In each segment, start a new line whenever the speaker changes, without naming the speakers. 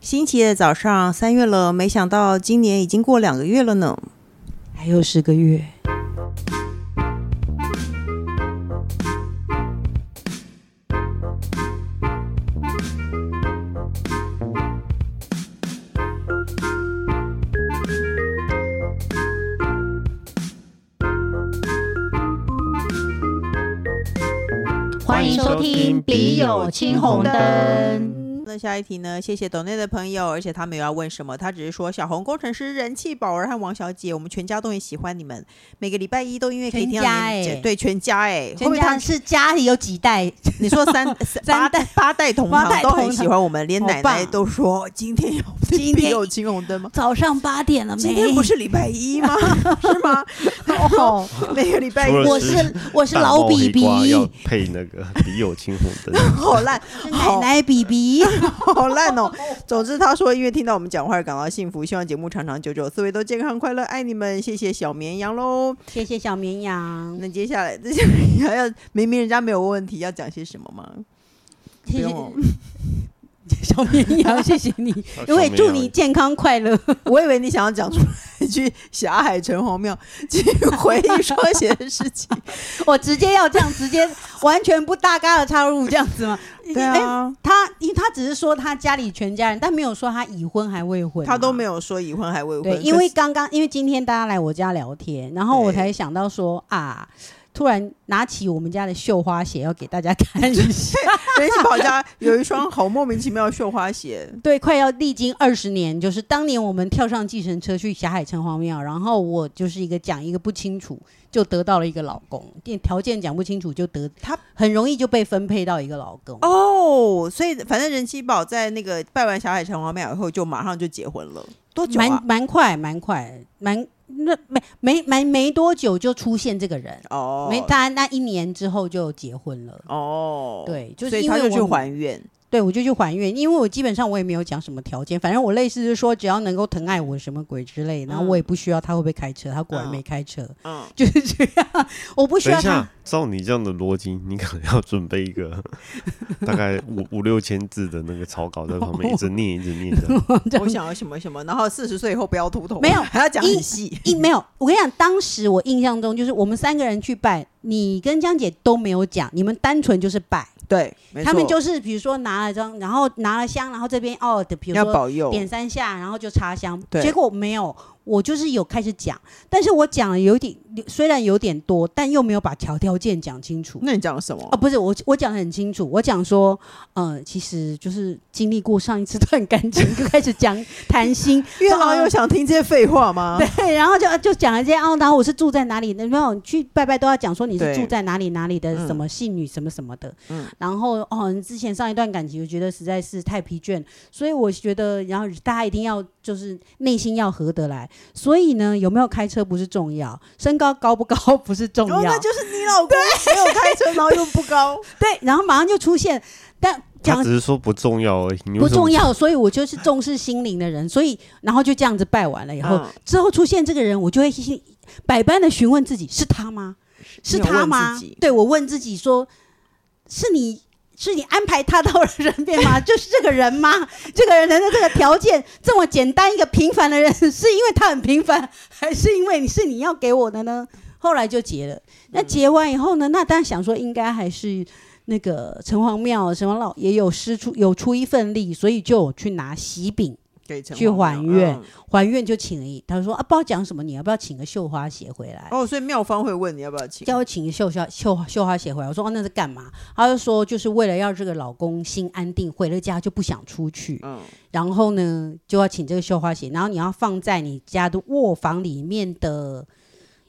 星期的早上，三月了，没想到今年已经过两个月了呢。
还有十个月。
欢迎收听《笔友青红灯》。
那下一题呢？谢谢抖内的朋友，而且他没有要问什么，他只是说小红工程师、人气宝儿和王小姐，我们全家都很喜欢你们。每个礼拜一都因为可以听到你们
全家欸
对全家哎、欸，会
全
不会他
家是家里有几代？
你说 三八代八代同
八
堂
代
都很
同
喜
堂
欢我们，连
好
奶奶
棒
都说今天有
今
必
天
有青红灯吗？
早上八点了没？
今天不是礼拜一吗？是 吗？
哦，
每个礼拜一
除了
我是我是
大
老
猫
比
黑
比，
瓜要
是
配那个笔友青红 灯，
好 烂，
奶
好
奶比 比。
好烂哦。总之，他说因为听到我们讲话而感到幸福，希望节目长长久久，四位都健康快乐，爱你们，谢谢小绵羊喽。
谢谢小绵羊，
那接下来，这还 要明明人家没有问问题，要讲些什么吗？不
谢谢
用
小绵 羊，谢谢你，因为祝你健康快乐。
我以为你想要讲出来去霞海城隍庙去回忆说些事情。
我直接要这样，直接完全不搭嘎的插入这样子 吗？
对
哎，
啊，
他因为他只是说他家里全家人，但没有说他已婚还未婚嘛，啊
他都没有说已婚还未婚，
对，
可
因为
是
刚刚因为今天大家来我家聊天，然后我
对
才想到说啊，突然拿起我们家的绣花鞋要给大家看一下，
人气宝家有一双好莫名其妙的绣花鞋，
对，快要历经二十年，就是当年我们跳上计程车去霞海城隍庙，然后我就是一个讲一个不清楚，就得到了一个老公，条件讲不清楚就得
他
很容易就被分配到一个老公。
哦，所以反正人气宝在那个拜完霞海城隍庙以后，就马上就结婚了，多久
蛮
啊？
蛮快，蛮快，蛮那没没没没多久就出现这个人，
哦，
没他那一年之后就结婚了。
哦，，
对，就是
所以
因
他
为
就
我
去还愿，
对我就去还愿，因为我基本上我也没有讲什么条件，反正我类似是说只要能够疼爱我什么鬼之类，然后我也不需要他会不会开车，他果然
嗯
没开车，
嗯，
就是这样，我不需
等
要
一
他
下，，照你这样的逻辑，你可能要准备 一个大概五五六千字的那个草稿在旁边，一直念一直念的。
我想要什么什么，然后四十岁以后不要秃头，
没有
还要讲很细，
一没有，我跟你讲，当时我印象中就是我们三个人去拜，你跟江姐都没有讲，你们单纯就是拜，
对，没
他们
错
就是比如说拿了张，然后拿了香，然后这边哦的，比如
要
说
保佑，
点三下，然后就插香。
对
结果没有，我就是有开始讲，但是我讲了有点，虽然有点多，但又没有把条条件讲清楚。
那你讲什么
哦，？不是我，我讲的很清楚。我讲说，呃，其实就是经历过上一次段感情， 就开始讲谈心，
月老
又
有想听这些废话吗？
对，然后就就讲了这样，哦然后我是住在哪里？那没有你去拜拜都要讲说你是
对
住在哪里哪里
嗯
的什么信女什么什么的。
嗯
然后哦，你之前上一段感情，我觉得实在是太疲倦，所以我觉得，然后大家一定要就是内心要合得来。所以呢，有没有开车不是重要，身高高不高不是重
然后
要。
哦那就是你老公没有开车，然后又不 高，
对，然后马上就出现，但
他
讲
只是说不重要而已，你为
不
什么，
重要，所以我就是重视心灵的人，所以然后就这样子拜完了以后，
嗯
之后出现这个人，我就会心百般的询问自己是他吗？是
你有
他
问
吗
自己？
对我问自己说，是你是你安排他到人边吗？ 就是这个人吗？这个人的这个条件这么简单，一个平凡的人，是因为他很平凡，还是因为你是你要给我的呢？后来就结
嗯
了。那结完以后呢？那当然想说，应该还是那个城隍庙、城隍老爷有施出有出一份力，所以就有去拿喜饼
给城隍
去
庙
还愿
嗯
还愿，就请了一。他说啊，不知道讲什么，你要不要请个绣花鞋回来？
哦，所以妙方会问你要不要请，
叫我请绣花绣绣花鞋回来，我说哦那是干嘛？他就说就是为了要这个老公心安定，回了家就不想出去，
嗯，
然后呢就要请这个绣花鞋，然后你要放在你家的卧房里面的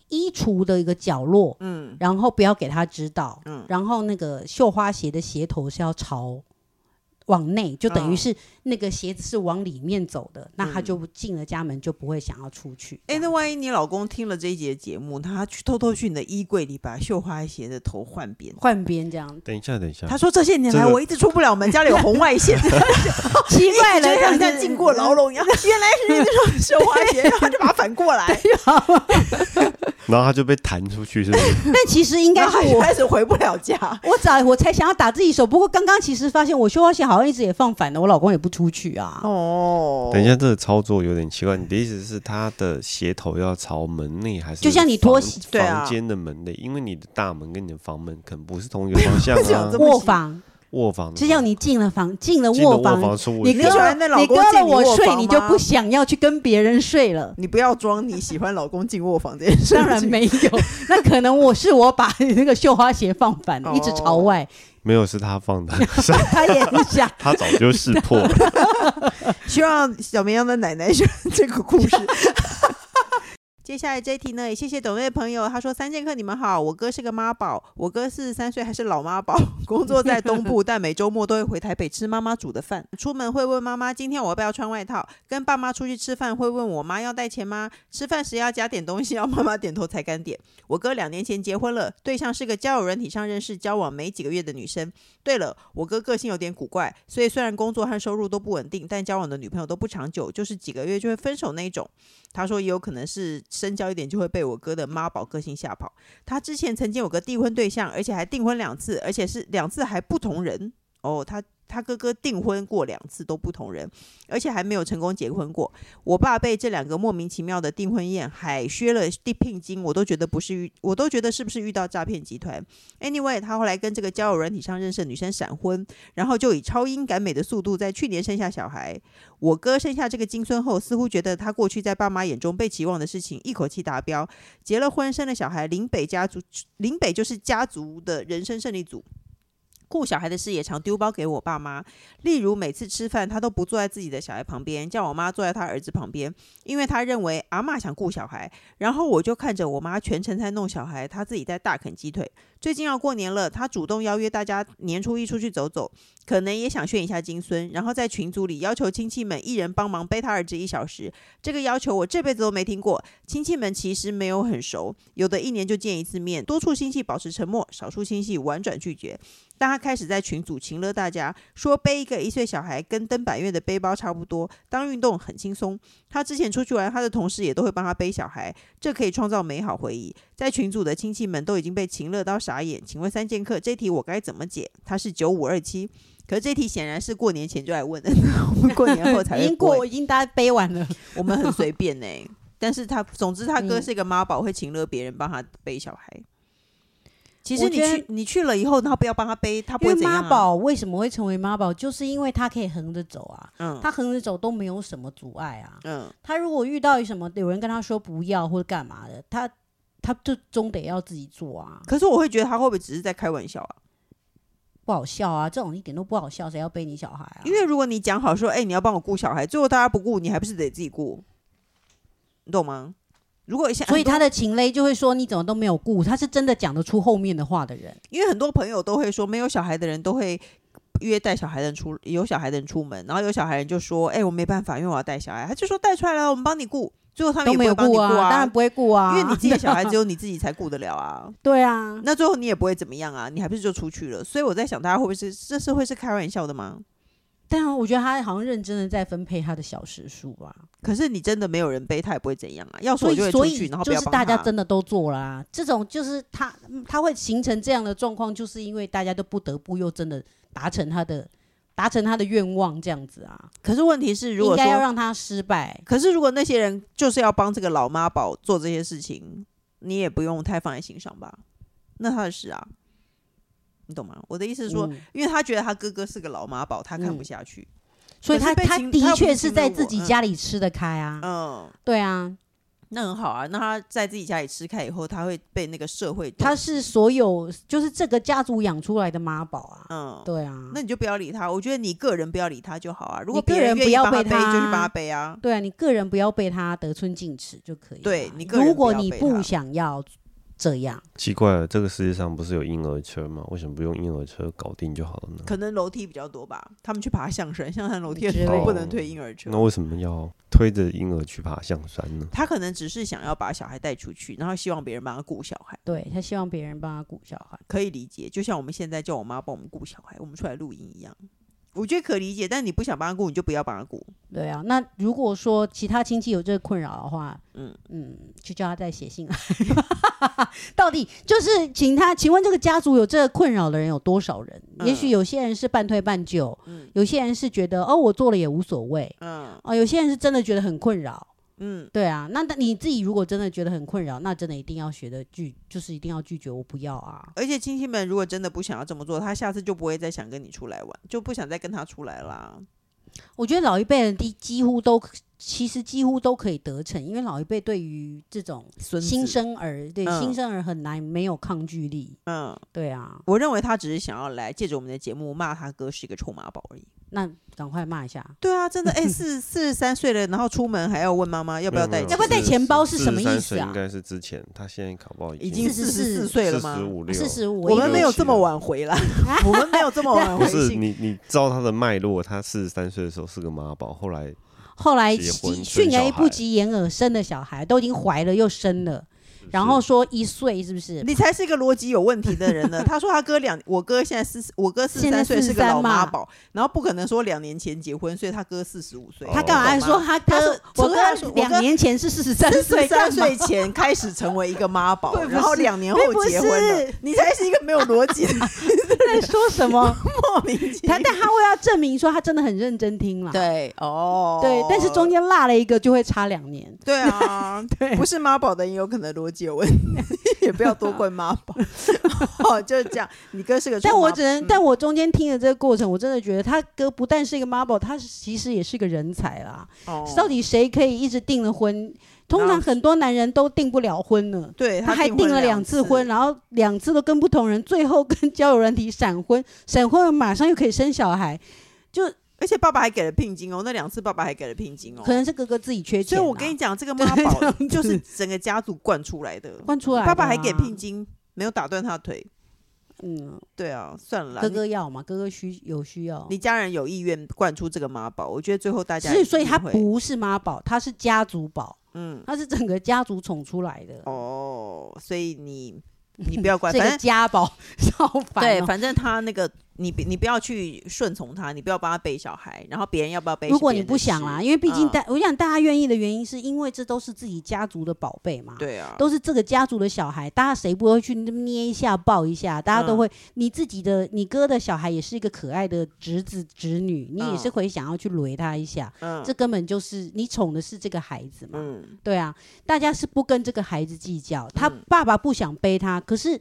衣橱的一个角落，
嗯，
然后不要给他知道，
嗯
然后那个绣花鞋的鞋头是要朝往内，就等于
嗯
是那个鞋子是往里面走的，那他
嗯
就进了家门就不会想要出去。
哎、那万一你老公听了这一节节目，他去偷偷去你的衣柜里把绣花鞋的头换边。
换边这样
等一下，等一下，
他说：“这些年
这
来，
个
我一直出不了门，家里有红外线，
奇怪
就像
了，这样
像
子
进 过牢笼一样。原来是那双绣花鞋，然后就把它反过来。
然后他就被弹出去，是不是？
但其实应
应
该
该
是
是
我
开始回不了家。
我早我才想要打自己手，不过刚刚其实发现我修花鞋好像一直也放反了，我老公也不出去啊。
哦，
等一下，这个操作有点奇怪。你的意思是他的鞋头要朝门内，还是
就像你拖
房
鞋
对啊
房间的门内？因为你的大门跟你的房门可能不是同一个方 向
为什么
啊
这。嗯么
卧房
卧房的
是要
房
你进了房，进了
进了
卧
卧
房，
房是卧
你
室
跟
喜欢那老
你
公
跟
进
了
你
我
卧
睡，
房
你就
吗
不想要去跟别人睡了。
你不要装你喜欢老公进卧房这件事情。
当然没有， 那可能我是我把那个绣花鞋放反
哦
了，一直朝外，
没有是他 放的，是
他也不 想。
他早就识破 了。
希望小绵羊的奶奶喜欢 这个故事。接下来这一题呢，也谢谢董瑞的朋友，他说：“三剑客，你们好，我哥是个妈宝，我哥四十三岁还是老妈宝， 工作在东部，但每周末都会回台北吃妈妈煮的饭。出门会问妈妈今天我要不要穿外套，跟爸妈出去吃饭会问我妈要带钱吗？吃饭时要加点东西，要妈妈点头才敢点。我哥两年前结婚了，对象是个交友软体上认识、交往没几个月的女生，对了，我哥个性有点古怪，所以虽然工作和收入都不稳定，但交往的女朋友都不长久，就是几个月就会分手那一种。他说也有可能是深交一点就会被我哥的妈宝个性吓跑。他之前曾经有个订婚对象，而且还订婚两次，而且是两次还不同人。哦，他他哥哥订婚过两次都不同人，而且还没有成功结婚过。我爸被这两个莫名其妙的订婚宴海削了地聘金，我都觉得不是遇，我都觉得是不是遇到诈骗集团？Anyway，他后来跟这个交友软体上认识的女生闪婚，然后就以超英赶美的速度在去年生下小孩。我哥生下这个金孙后，似乎觉得他过去在爸妈眼中被期望的事情一口气达标，结了婚生了小孩。林北家族， 林北就是家族的人生胜利组。顾小孩的事也常丢包给我爸妈，例如每次吃饭，他都不坐在自己的小孩旁边，叫我妈坐在他儿子旁边，因为他认为阿嬷想顾小孩。然后我就看着我妈全程在弄小孩，他自己在大啃鸡腿。最近要过年了，他主动邀约大家年初一出去走走，可能也想炫一下金孙，然后在群组里要求亲戚们一人帮忙背他儿子一小时。这个要求我这辈子都没听过。亲戚们其实没有很熟，有的一年就见一次面，多处亲戚保持沉默，少数亲戚婉转拒绝。当他开始在群组情勒大家，说背一个一岁小孩跟登百越的背包差不多，当运动很轻松。他之前出去玩，他的同事也都会帮他背小孩，这可以创造美好回忆。在群组的亲戚们都已经被情乐到傻眼。请问三剑客这题我该怎么解？它是九五二七，可是这题显然是过年前就来问的， 我们过年后才
已
会
经
过
过，已经大家背完了。
我们很随便呢、但是他，总之他哥
嗯
是一个妈宝，会请乐别人帮他背小孩。其
我
实你
觉得
去你去了以后，他不要帮他背，他不
因为
会怎样、
妈
啊。，
宝为什么会成为妈宝，就是因为他可以横着走啊，
嗯
他横着走都没有什么阻碍啊。
嗯，
他如果遇到什么有人跟他说不要或者干嘛的，他他就终得要自己做啊，
可是我会觉得他会不会只是在开玩笑啊？
不好笑啊，这种一点都不好笑，谁要背你小孩啊？
因为如果你讲好说，哎、你要帮我顾小孩，最后大家不顾，你还不是得自己顾，你懂吗？如果像
所以
很多
他的情勒就会说你怎么都没有顾，他是真的讲得出后面的话的人。
因为很多朋友都会说，没有小孩的人都会约带小孩的人出，有小孩的人出门，然后有小孩人就说，哎、我没办法，因为我要带小孩，他就说带出来了，我们帮你顾，最后他们
都
也
没
不会
有
帮你
顾
顾
啊，当然不会顾啊，
因为你自己的小孩只有你自己才顾得了 啊，
对啊，
那最后你也不会怎么样啊，你还不是就出去了？所以我在想，大家会不会是这是会是开玩笑的吗？
但我觉得他好像认真的在分配他的小时数啊吧，
可是你真的没有人背，他也不会怎样啊。要是
所
我
以
就会
所
出
以
去，然后不
就
要
是
帮
大
他
家真的都做啦、这种就是他嗯他会形成这样的状况，就是因为大家都不得不又真的达成他的达成他的愿望这样子啊，
可是问题是，如
应
果
该要
说，
让他失败。
可是如果那些人就是要帮这个老妈宝做这些事情，你也不用太放在心上吧？那他的事啊，你懂吗？我的意思是说，
嗯
因为他觉得他哥哥是个老妈宝，他看不
嗯
下去。
所以
可
他
是被
他
情
的
他不
确
是
是
情
在
勒
自
我
己
嗯
家里吃得开啊，
嗯，
对啊，
那很好啊。那他在自己家里吃开以后，他会被那个社会
他
对
是所有就是这个家族养出来的妈宝啊，
嗯，
对啊，
那你就不要理他。我觉得你个人不要理他就好啊。如果
你个
别
人
愿
不
意
要
帮他
被
背，就
他
去帮他背啊。
对啊，你个人不要被他得寸进尺就可以了。啊
对你个人
如果
不要
你
被
不
他
想要这样，
奇怪了，这个世界上不是有婴儿车吗？为什么不用婴儿车搞定就好了呢？
可能楼梯比较多吧，他们去爬象山，象山楼梯的
之
时候
类
不
的
能推婴儿车
那。为什么要推着婴儿去爬象山呢？
他可能只是想要把小孩带出去，然后希望别人帮他顾小孩，
对他希望别人帮他顾小孩。
可以理解。就像我们现在叫我妈帮我们顾小孩，我们出来录音一样。我觉得可理解，但你不想帮他顾，你就不要帮他顾。
对啊，那如果说其他亲戚有这个困扰的话，嗯
嗯
嗯，就叫他再写信来。啊 到底就是请他，请问这个家族有这个困扰的人有多少人？
嗯
也许有些人是半推半就，
嗯
有些人是觉得哦我做了也无所谓，
嗯
哦有些人是真的觉得很困扰。
嗯，
对啊，那那你自己如果真的觉得很困扰，那真的一定要学的拒，就是一定要拒绝，我不要啊。
而且亲戚们如果真的不想要这么做，他下次就不会再想跟你出来玩，就不想再跟他出来啦。
我觉得老一辈人几几乎都，其实几乎都可以得逞，因为老一辈对于这种
孙
新
子，
生儿，对、
嗯
新生儿很难没有抗拒力。
嗯，
对啊，
我认为他只是想要来借着我们的节目骂他哥是一个臭妈宝而已。
那赶快骂一下，
对啊，真的， 哎、四四十三岁了，然后出门还要问妈妈要不要带
没有没有
钱，
要不要带钱包是什么意思啊
43岁应该是之前，他现在考不好
已经
是
四十四
44
岁了吗
四？十五六，
四十五，
我们没有
六七
这么
了
晚 回来，我们没有这么晚
不
回
是
信。
你你照他的脉络，他四十三岁的时候是个妈宝，后来
后来
结婚
急
生
迅
小
雷不
孩
及掩耳生的小孩，都已经怀了又生了，然后说一岁是不是？
你才是一个逻辑有问题的人呢。他说他哥两，我哥现在四十，我哥四十
现在
三岁是个
43
老妈
嘛
宝，然后不可能说两年前结婚，所以他哥四十五岁。
哦
他干嘛还说他
他
哥
说？
我
除了他
哥
说我
两
哥
年前是四十三
四
岁，
十三
干嘛
岁前开始成为一个妈 宝
对，不
然后
是
两年
对
后
不
结婚了
是，
你才是一个没有逻辑的
在说什么？
莫名其妙
他。但他为了要证明说他真的很认真听了，
对哦，
对，但是中间落了一个就会差两年。
对啊，
对
不是妈宝的人有可能逻辑有问题， 也不要多棍妈宝。哦，就是这样，你哥是个臭妈
但
宝，
我只能，
嗯
但我中间听了这个过程，我真的觉得他哥不但是一个妈宝，他其实也是个人才啦。
哦
到底谁可以一直订了婚？通
然
常
后
很多男人都订不了婚呢。
对
他还
订
订了两次
次
婚，，然后两次都跟不同人，最后跟交友软体闪婚，闪婚马上又可以生小孩，就
而且爸爸还给了聘金哦，那两次爸爸还给了聘金哦，
可能是哥哥自己
所
缺钱啊。
以我跟你讲，这个 妈宝就是整个家族惯出来的，
灌出来的啊，
爸爸还给聘金，没有打断他的腿。
嗯，
对啊，算了啦，
哥哥要嘛，哥哥需有需要
你，你，家人有意愿灌出这个妈宝，我觉得最后大家
是所以
一定
他
会
不是妈宝，他是家族宝，
嗯
他是整个家族宠出来的，
哦，所以 你你不要管，
这
反
个
正
家宝， 超烦
对，
哦。
反正他那个你你不要去顺从他，你不要帮他背小孩，然后别人要不要背是别人的事？
如果你不想啦，因为毕竟
嗯
大，我想大家愿意的原因，是因为这都是自己家族的宝贝嘛。
对啊，
都是这个家族的小孩，大家谁不会去捏一下、抱一下？大家
嗯
都会，你自己的、你哥的小孩也是一个可爱的侄子、侄女，你也是
嗯
会想要去雷他一下。
嗯
这根本就是你宠的是这个孩子嘛？
嗯
对啊，大家是不跟这个孩子计较，他
嗯
爸爸不想背他，可是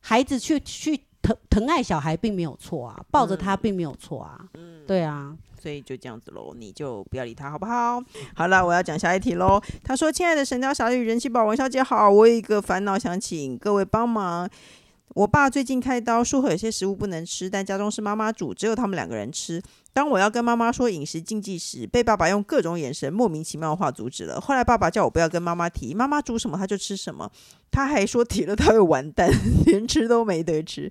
孩子去去疼疼爱小孩并没有错啊，抱
嗯
着他并没有错啊。对啊，
所以就这样子喽，你就不要理他，好不好？好了，我要讲下一题喽。他说：“亲爱的神雕侠侣人气宝文小姐好，我有一个烦恼想请各位帮忙。我爸最近开刀，术后有些食物不能吃，但家中是妈妈煮，只有他们两个人吃。当我要跟妈妈说饮食禁忌时，被爸爸用各种眼神莫名其妙的话阻止了。后来爸爸叫我不要跟妈妈提，妈妈煮什么他就吃什么。他还说提了他会完蛋， 连吃都没得吃。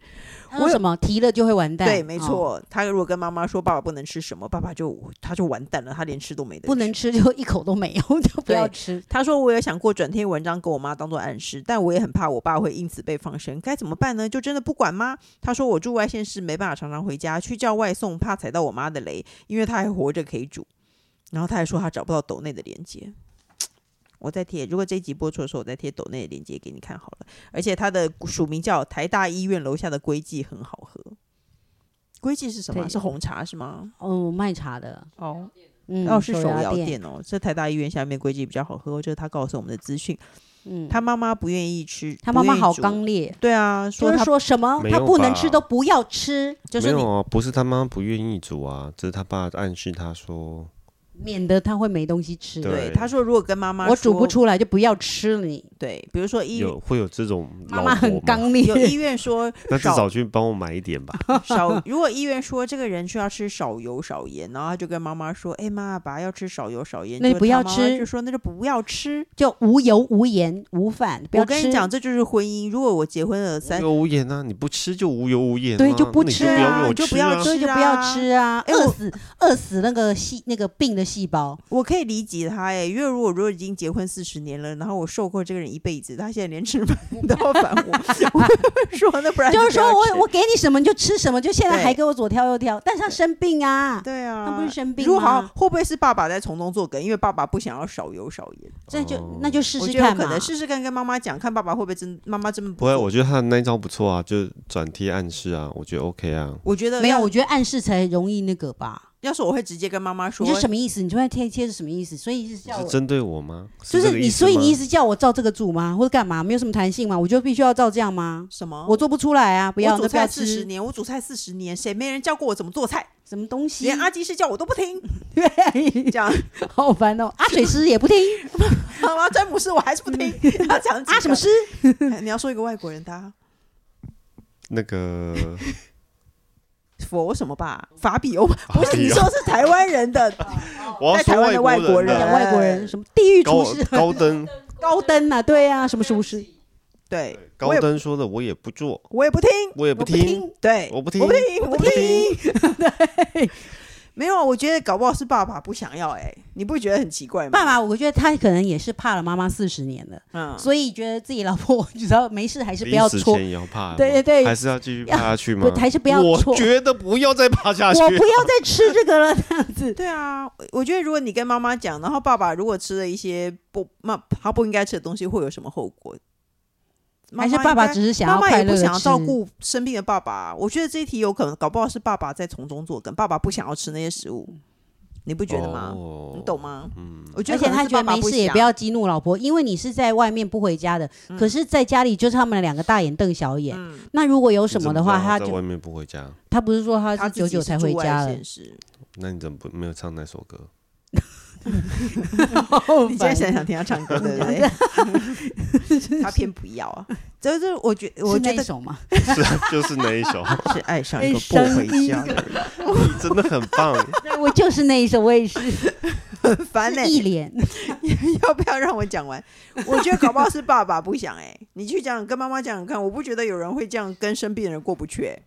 他说
有
什么提了就会完蛋？
对，没
哦
错。他如果跟妈妈说爸爸不能吃什么，爸爸就他就完蛋了，他连吃都没得
不能
吃。
吃就一口都没有， 就不要
对
吃。
他说：“我有想过转贴文章给我妈当做暗示，但我也很怕我爸会因此被放生，该怎么办呢？就真的不管吗？”他说：“我住外县市，没办法常常回家，去叫外送，怕踩到我妈的雷，因为她还活着可以煮。”然后他还说他找不到抖内的链接，我再贴。如果这一集播出的时候，我再贴抖内的链接给你看好了。而且他的署名叫台大医院楼下的龟记，很好喝。龟记是什么啊？
对
是红茶是吗？
哦，卖茶的，
哦，
嗯，
哦，是手
摇
摇，店哦，这台大医院下面规矩比较好喝，这是他告诉我们的资讯。
嗯，
他妈妈不愿意吃，
他
不
妈妈
愿意
好
煮，
刚烈，
对啊，说
就是
他
说什么
没
他
有
不能
吧
吃都不要吃，
就是
没
你
有啊，不是他妈不愿意煮啊，只是他爸暗示他说，
免得他会没东西吃。
对
对他说，如果跟妈妈
我煮不
说，
出来就不要吃了你。
对，比如说医
有会有这种
妈
老
妈
婆
很
吗
刚
有医
烈，
院说
那至
少
少去帮我买一点吧。
少，如果医院说这个人需要吃少油少盐，然后他就跟妈妈说，哎妈，爸要吃少油少盐，
那
结果
就不
他
要
妈妈
吃
就说那就不要吃。
就无油无盐无饭，不要
我
吃。
跟你讲，，这就是婚姻。如果我结婚了
无
三，
油无盐啊，你不吃就无油无盐、啊，
对就不
那你
吃
就不
啊
要给我
就不
吃
要
啊
吃
所以就不要
啊
吃啊，
哎
饿
我
死饿死那个细那个病的个细胞。
我可以理解他哎，因为如果如果已经结婚四十年了，然后我受过这个人一辈子，他现在连吃饭都要烦我， 我会说哎那不然
就是说我我
我
给你什么你就吃什么，就现在
对
还给我左挑右挑，但是他生病啊，
对啊，
他不是生病
如果好像
吗？
会不会是爸爸在从中作梗？因为爸爸不想要少油少盐，
这就
哦
那就试
我
试
觉得有
看
可
嘛
能。试试看，跟妈妈讲，看爸爸会不会真妈妈真的
不会，我觉得他的那一招不错啊，就是转贴暗示啊，我觉得 OK 啊。
我觉得
没有，
要
我觉得暗示才容易那个吧。
要是我会直接跟妈妈说
你，这什么意思？你突然贴贴是什么意思？所以是叫
是
我，
针对我吗？
就是
这
是
个
你，
思
所以
吗
你一直叫我照这个煮吗？或者干嘛？没有什么弹性吗？我就必须要照这样吗？
什么
我做不出来啊！不要，
我煮
那不要
菜四十
吃
年，我煮菜四十年，谁没人教过我怎么做菜？
什么东西
连，阿基师教我都不 听，这样
好烦哦！阿水师也不听，
妈妈詹姆斯我还是不听，他 讲
阿嗯啊什么
事？
师？
你要说一个外国人他
那个
佛什么吧？法比欧不
不
是你说是台湾人 的
我 要
在台
说
湾的外国
国
人
啊
讲外国人什么地狱厨
高
啊
师、
高登
高登啊？对啊，什么厨师？
对，我
高
也
登说的我也不做，
我也不听，
我也
我
不听，，
对，
我不听
我不听，我不
不听
听， 对。没有啊，我觉得搞不好是爸爸不想要哎、你不觉得很奇怪吗？
爸，爸，我觉得他可能也是怕了妈妈四十年了，
嗯，
所以觉得自己老婆， 你知道没事还是不
临
要
死
戳
前，也要怕，
对对对
还是要继续
要
爬下去吗
不？还是不要戳
我。觉得不要再爬下去，
我不要再吃这个 了，这样子。
对啊，我我觉得如果你跟妈妈讲，然后爸爸如果吃了一些不妈他不应该吃的东西，会有什么后果？妈
还
妈
是爸爸
应该
只是想要
妈妈
快
也
乐
不
的
想要
吃
照，顾生病的爸爸。我觉得这一题有可能，搞不好是爸爸在从中作梗，爸爸不想要吃那些食物，你不觉得吗？
哦
你懂？吗？
嗯，
我觉
而
得
且
可能
他
是
觉
爸
得
爸
没事也
想
不要嗯激怒老婆，因为你是在外面不回家的，可是在家里就是他们两个大眼瞪小眼。
嗯，
那如果有什
你怎
的话，
知道他
他
在
就
外面不回家，
他不是说他
他
是
自
久
己
久
是
才
住
回
外
家了
县，市
那你怎么不没有唱那首歌？
你
你
现在想想听他 唱歌，对不对？ 他偏不要啊，就是我觉我
是
觉
那
得
一首吗？
是啊，就是那一首，
是爱上
一
一个
个
不
不回
回家
家
的人，
你 真的很棒。
对，我 就是那一首，我也是
很烦呢、欸
一脸。
要不要让我讲完？我觉得搞不好是爸爸不想哎、你去讲跟妈妈讲讲看，我不觉得有人会这样跟生病的人过不去、欸。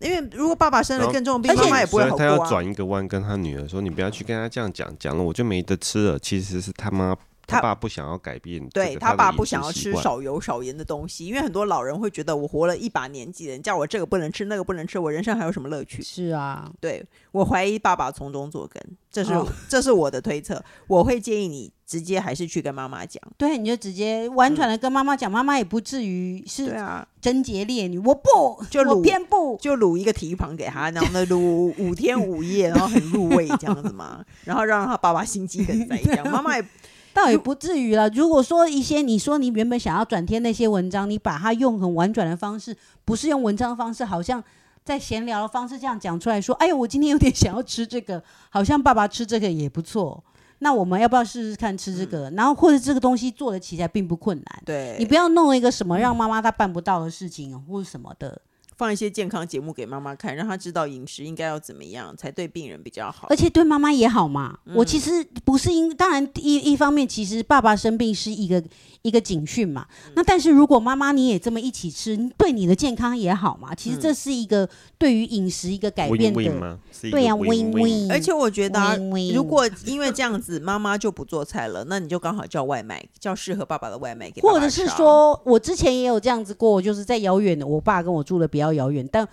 因为如果爸爸生了更重的
而
病，
且
妈妈也不
所
会
以
好
他要
过啊。
转一个弯，跟他女儿说：“你不要去跟他这样讲，讲了我就没得吃了。”其实是他妈
他
他爸不想要改变这个的饮
对
食习惯，
他爸不想要吃少油少盐的东西，因为很多老人会觉得我活了一把年纪了，你叫我这个不能吃那个不能吃，我人生还有什么乐趣？
是啊，
对我怀疑爸爸从中作梗，这是、
哦
这是我的推测。我会建议你直接还是去跟妈妈讲。
对，你就直接婉转的跟妈妈讲，妈妈也不至于
对
是
啊，
贞洁烈女，我不，
就
我
鲁
偏不。
就卤一个蹄膀给他，然后呢卤五天五夜，然后很入味这样子嘛，然后让他爸爸心肌 梗塞这样，妈妈也
倒也不至于了。如果说一些你说你原本想要转贴那些文章，你把它用很婉转的方式，不是用文章的方式，好像在闲聊的方式这样讲出来说，哎呦，我今天有点 想要吃这个，好像爸爸吃这个也不错。那我们要不要试试看吃这个？然后或者这个东西做得起来并不困难。
对
你不要弄一个什么让妈妈她办不到的事情或者什么的，
放一些健康节目给妈妈看，让她知道饮食应该要怎么样才对病人比较好嗯
而。且对妈妈也好嘛。我其实不是因，当然一一方面，其实爸爸生病是一个一个警讯嘛。
嗯
那但是如果妈妈你也这么一起吃，对你的健康也好
嗯
嘛。其实这是一个对于饮食一个改变
win
的，
win 吗？是一个
对啊呀
win-win
，win
而且我觉得啊、
win-win
如果因为这样子，妈妈就不做菜了，那你就刚好叫外卖，叫适合爸爸的外卖给爸爸
或者是
吃啊，
说，我之前也有这样子过，我就是在遥远的，我爸跟我住的比较遥远，但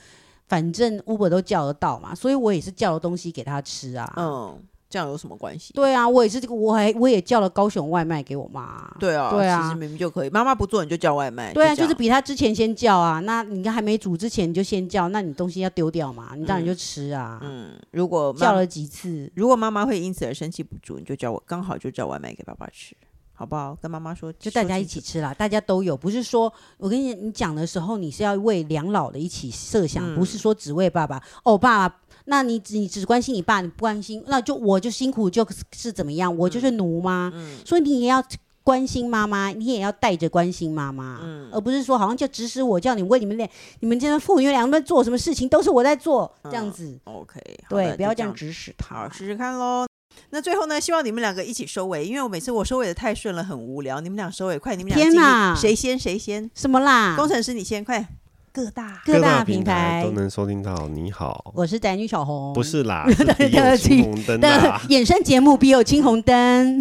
反正 Uber 都叫得到嘛，所以我也是叫了东西给他吃啊。
嗯，这样有什么关系？
对啊，我也是这个，我还我也叫了高雄外卖给我妈。
对啊，
对啊
其实明明就可以，妈妈不哎做你就叫外卖，
对啊，
这
就
样
是比他之前先叫啊。那你看还没煮之前你就先叫，那你东西要丢掉嘛，你当然就吃啊。
嗯，如果妈
叫了几次，
如果妈妈会因此而生气不足，你就叫我刚好就叫外卖给爸爸吃，好不好？跟妈妈说，
就大家
说
一
清
起
楚。
吃啦，大家都有，不是说我跟你你讲的时候，你是要为两老的一起设想，
嗯
不是说只为爸爸哦，爸爸。那你只你只关心你爸，你不关心，那就我就辛苦就是是怎么样，我就是
嗯
奴吗？所以你也要关心妈妈，你也要带着关心妈妈，
嗯
而不是说好像就指使我叫你为你们俩，你们这对父女俩在做什么事情都是我在做这样子。
OK，好的
对，不要
就
这
这
样啊
样。
指使
好，
他。
试试看喽。那最后呢，希望你们两个一起收尾，因为我每次我收尾的太顺了，很无聊。你们俩收尾快，你们俩
天啊
尽力
哪
谁先谁先？
什么啦？
工程师你先快，各大
各大
大
平
台
台
都能收听到。你好，
我是宅女小红，
不是啦，是笔友
对
青红灯
的啊
啦。
衍生节目《笔友青红 灯》，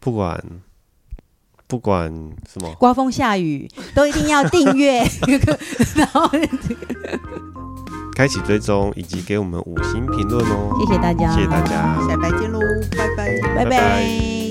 不管不管什么，
刮风下雨都一定要订 阅，然后
开启追踪以及给我们五星评论哦，
谢谢大家，
谢谢大。家。
下礼拜见喽，拜拜。
拜
拜
拜。